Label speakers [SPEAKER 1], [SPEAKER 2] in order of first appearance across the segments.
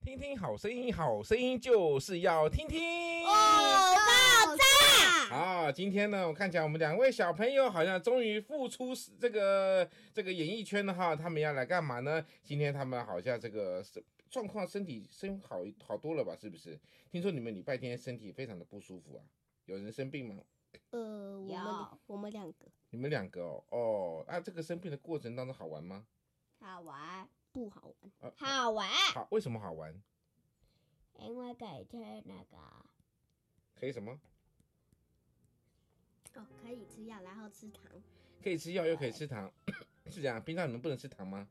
[SPEAKER 1] 听听好声音，好声音就是要听听。
[SPEAKER 2] 哦
[SPEAKER 3] 爆炸！
[SPEAKER 1] 啊，今天呢，我看起来我们两位小朋友好像终于复出这个这个演艺圈了哈。他们要来干嘛呢？今天他们好像这个是状况，身体身好好多了吧？是不是？听说你们礼拜天身体非常的不舒服啊，有人生病吗？
[SPEAKER 3] 呃，我们
[SPEAKER 2] 有
[SPEAKER 3] 我们两个
[SPEAKER 1] 你们两个哦，哦，啊，这个生病的过程当中好玩吗？
[SPEAKER 2] 好玩，
[SPEAKER 3] 不好玩，
[SPEAKER 2] 好玩，
[SPEAKER 1] 好，为什么好玩？
[SPEAKER 2] 因为可以吃哎那个，
[SPEAKER 1] 可以什么？
[SPEAKER 3] 哦，可以吃药，然后吃糖，
[SPEAKER 1] 可以吃药又可以吃糖，是这样？平常你们不能吃糖吗？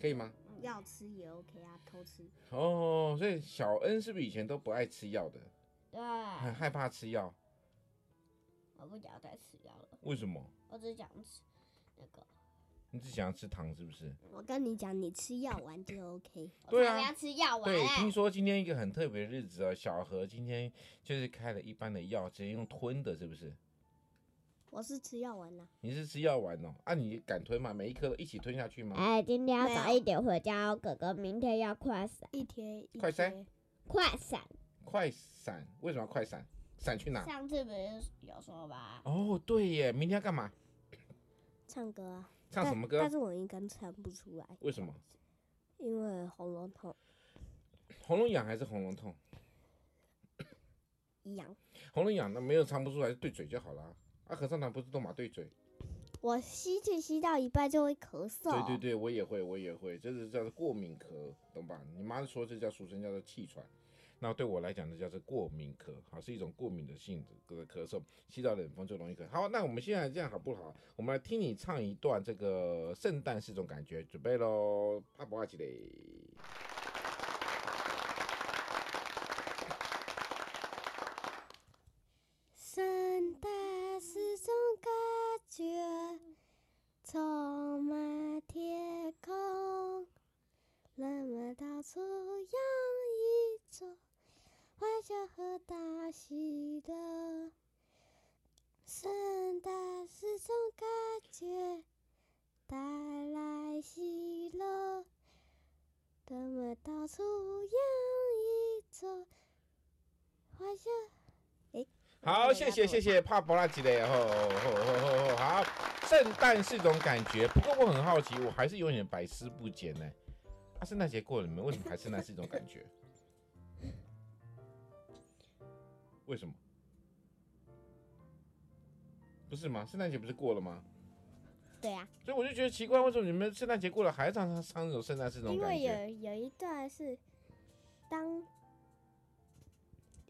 [SPEAKER 1] 可以吗？
[SPEAKER 3] 要吃也 OK 啊，偷吃。
[SPEAKER 1] 哦，所以小恩是不是以前都不爱吃药的，
[SPEAKER 2] 对，啊
[SPEAKER 1] 很害怕吃药？
[SPEAKER 2] 我不想再吃药了，
[SPEAKER 1] 为什么？
[SPEAKER 2] 我只想吃那个，
[SPEAKER 1] 你只想要吃糖是不是？
[SPEAKER 3] 我跟你讲，你吃药丸就 OK。
[SPEAKER 1] 对啊
[SPEAKER 2] 我要吃药丸
[SPEAKER 1] 对，听
[SPEAKER 2] 嘞，
[SPEAKER 1] 说今天一个很特别的日子哦，小何今天就是开了一般的药，直接用吞的，是不是？
[SPEAKER 3] 我是吃药丸啦、
[SPEAKER 1] 你是吃药丸哦？啊，你敢吞吗？每一颗都一起吞下去吗？
[SPEAKER 2] 哎，今天要
[SPEAKER 3] 没有
[SPEAKER 2] 早一点回家哦，哥哥明天要快闪，
[SPEAKER 3] 一天一
[SPEAKER 1] 快塞
[SPEAKER 3] 贴
[SPEAKER 2] 快闪。
[SPEAKER 1] 快闪，为什么要快闪？闪去哪？
[SPEAKER 2] 上次不是有说吧？
[SPEAKER 1] 哦，对耶，明天要干嘛？
[SPEAKER 3] 唱歌啊，
[SPEAKER 1] 唱什么歌
[SPEAKER 3] 但但？是我应该唱不出来，
[SPEAKER 1] 为什么？
[SPEAKER 3] 因为喉咙痛。
[SPEAKER 1] 喉咙痒还是喉咙痛？
[SPEAKER 3] 一样，
[SPEAKER 1] 喉咙痒那没有唱不出来，对嘴就好啦。啊，合唱团不是都马对嘴？
[SPEAKER 3] 我吸气吸到一半就会咳嗽。
[SPEAKER 1] 对对对，我也会，我也会，这是叫做过敏咳，懂吧？你妈说这叫俗称叫做气喘，那对我来讲这叫做过敏咳，好是一种过敏的性质的咳嗽，吸到冷风就容易咳。好，那我们现在这样好不好？我们来听你唱一段这个圣诞是种感觉，准备喽，帕布阿奇嘞。
[SPEAKER 3] 圣诞是种感觉，充满天空，人们到处洋溢着欢笑和大喜乐。圣诞是种感觉，带来喜乐，人们到处洋溢着欢笑。
[SPEAKER 1] 好，谢谢谢谢帕布拉吉嘞，吼吼吼吼吼，好，圣诞是种感觉，不过我很好奇，我还是有点百思不解呢。啊，圣诞节过了，你们为什么还圣诞是一种感觉？为什么？不是吗？圣诞节不是过了吗？
[SPEAKER 3] 对啊。
[SPEAKER 1] 所以我就觉得奇怪，为什么你们圣诞节过了还唱唱唱这首圣诞是一种
[SPEAKER 3] 因
[SPEAKER 1] 感
[SPEAKER 3] 为
[SPEAKER 1] 觉？
[SPEAKER 3] 有有一段是当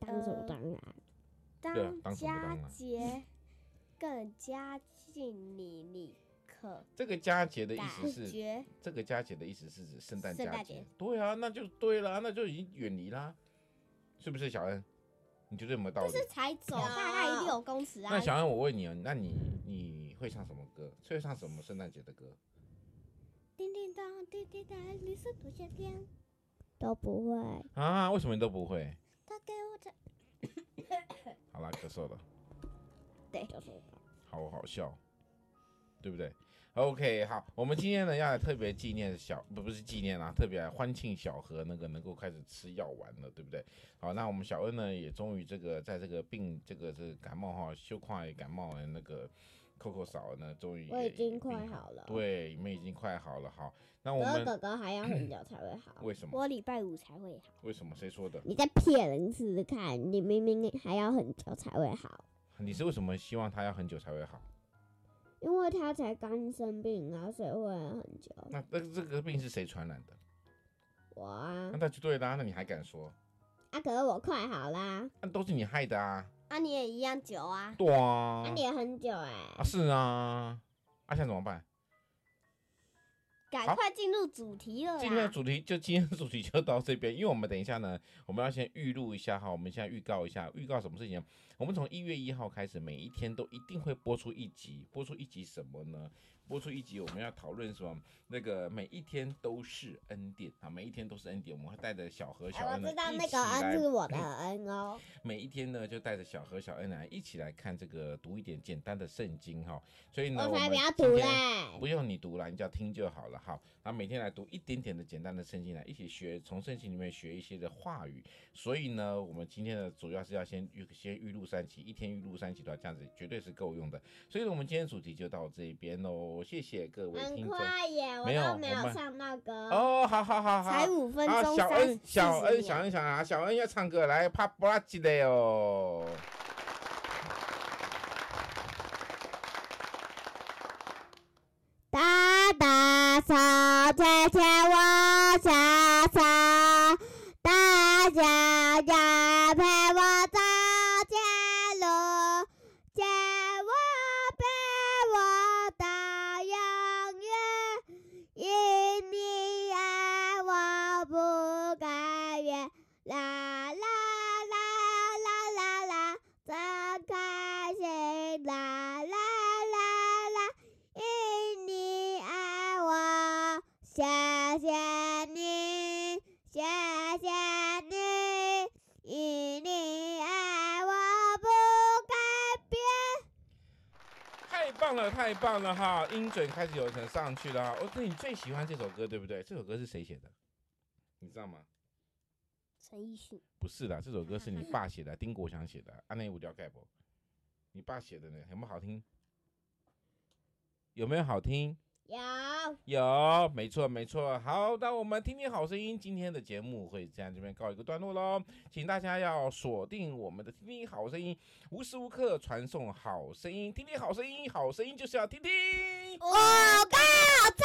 [SPEAKER 2] 当什么
[SPEAKER 3] 呃
[SPEAKER 2] 当啊？
[SPEAKER 1] 对啊
[SPEAKER 3] 当
[SPEAKER 1] 当什么
[SPEAKER 3] 佳
[SPEAKER 1] 当啊
[SPEAKER 3] 节更加近你，你可
[SPEAKER 1] 这个佳节的意
[SPEAKER 3] 大
[SPEAKER 1] 思是
[SPEAKER 3] 觉
[SPEAKER 1] 这个佳节的意思是指圣诞
[SPEAKER 2] 圣
[SPEAKER 1] 佳
[SPEAKER 2] 诞
[SPEAKER 1] 节
[SPEAKER 2] 节，
[SPEAKER 1] 对啊，那就对啦，那就已经远离啦，是不是小恩？你觉得有没有道理？
[SPEAKER 3] 这才走
[SPEAKER 2] 有
[SPEAKER 3] 大概六公尺啊
[SPEAKER 1] 那，小恩，我问你哦，那你你会唱什么歌？会唱什么圣诞节的歌？
[SPEAKER 3] 叮叮当，叮叮当，绿色多夏天，
[SPEAKER 2] 都不会，
[SPEAKER 1] 啊，为什么你都不会？
[SPEAKER 3] 他给我这
[SPEAKER 1] 好啦，咳嗽了，
[SPEAKER 3] 对
[SPEAKER 2] 就是吧
[SPEAKER 1] 好好笑，对不对？OK，好，我们今天呢要来特别纪念小，不不是纪念啊，特别来欢庆小何那个能够开始吃药丸了，对不对？好，那我们小恩呢也终于这个在这个病这个这个感冒哈，休快感冒的那个 Coco 嫂呢，终于
[SPEAKER 2] 我
[SPEAKER 1] 也
[SPEAKER 2] 已经
[SPEAKER 1] 也
[SPEAKER 2] 快
[SPEAKER 1] 病
[SPEAKER 2] 好了
[SPEAKER 1] 对，你们已经快好了。好，那我
[SPEAKER 2] 可是
[SPEAKER 1] 们
[SPEAKER 2] 哥哥还要很久才会好。
[SPEAKER 1] 为什么？
[SPEAKER 3] 我礼拜五才会好，
[SPEAKER 1] 为什么？谁说的？
[SPEAKER 2] 你在骗人试试看，你明明还要很久才会好，
[SPEAKER 1] 你是为什么希望他要很久才会好？
[SPEAKER 2] 因为他才刚生病，然后所以会很久。
[SPEAKER 1] 那那这个病是谁传染的？
[SPEAKER 2] 我啊
[SPEAKER 1] 那，那就对啦，那你还敢说？
[SPEAKER 2] 啊，可是我快好啦，
[SPEAKER 1] 那都是你害的啊！
[SPEAKER 3] 啊，你也一样久啊，
[SPEAKER 1] 对啊
[SPEAKER 2] 啊，你也很久哎、
[SPEAKER 1] 啊，是啊，啊，现在怎么办？好
[SPEAKER 3] 赶快进入主题
[SPEAKER 2] 啊
[SPEAKER 3] 了
[SPEAKER 1] 今天的
[SPEAKER 3] 啦，
[SPEAKER 1] 主题就今天的主题就到这边，因为我们等一下呢，我们要先预录一下哈，我们现在预告一下，预告什么事情呢？我们从一月一号开始，每一天都一定会播出一集，播出一集什么呢？播出一集我们要讨论什么？那个每一天都是恩典啊，每一天都是恩典，我们会带着小何、小
[SPEAKER 2] 哎我
[SPEAKER 1] 恩呢
[SPEAKER 2] 知道
[SPEAKER 1] 一
[SPEAKER 2] 那
[SPEAKER 1] 起
[SPEAKER 2] 个恩
[SPEAKER 1] 来
[SPEAKER 2] 是我的恩 哦，
[SPEAKER 1] 每一天呢，就带着小何、小恩来一起来看这个读一点简单的圣经哈、所以呢，
[SPEAKER 2] 我才
[SPEAKER 1] 们
[SPEAKER 2] 不要
[SPEAKER 1] 今
[SPEAKER 2] 读
[SPEAKER 1] 天
[SPEAKER 2] 嘞。
[SPEAKER 1] 不用你读了，你只要听就好了好，然后每天来读一点点的简单的圣经来一起学，从圣经里面学一些的话语。所以呢，我们今天的主要是要先预先预录三期，一天预录三期的话，这样子绝对是够用的。所以呢，我们今天主题就到这边喽，谢谢各位听
[SPEAKER 4] 很
[SPEAKER 1] 众。
[SPEAKER 2] 啊
[SPEAKER 4] 快耶，我
[SPEAKER 1] 没有
[SPEAKER 4] 都没
[SPEAKER 1] 我
[SPEAKER 4] 有
[SPEAKER 1] 们
[SPEAKER 4] 唱到歌。
[SPEAKER 1] 哦，好好好好，
[SPEAKER 2] 才五分
[SPEAKER 1] 啊，
[SPEAKER 2] 钟
[SPEAKER 1] 小
[SPEAKER 2] 三十
[SPEAKER 1] 恩，小
[SPEAKER 2] 40
[SPEAKER 1] 恩，
[SPEAKER 2] 秒
[SPEAKER 1] 小恩，小恩啊，小恩要唱歌，来，啪布拉吉的哦。
[SPEAKER 2] 打打扫，天天往下扫，大家要陪我走前路，借我陪我到永远，因你爱我不甘愿，啦啦啦啦啦啦，真开心，啦啦啦啦。因你爱我，啊谢谢你，谢谢啊你，因你爱我不改变。
[SPEAKER 1] 太棒了，太棒了哈！音准开始有层上去了哈。我、哦、对你最喜欢这首歌，对不对？这首歌是谁写的？你知道吗？
[SPEAKER 2] 陈奕迅，
[SPEAKER 1] 不是啦，这首歌是你爸写的，丁国强写的。啊安内无聊盖不？你爸写的呢？有没有好听？有没有好听？
[SPEAKER 4] 有，
[SPEAKER 1] 有，没错，没错。好，那我们听听好声音，今天的节目会这样这边告一个段落喽，请大家要锁定我们的听听好声音，无时无刻传送好声音，听听好声音，好声音就是要听听。
[SPEAKER 2] 我告知。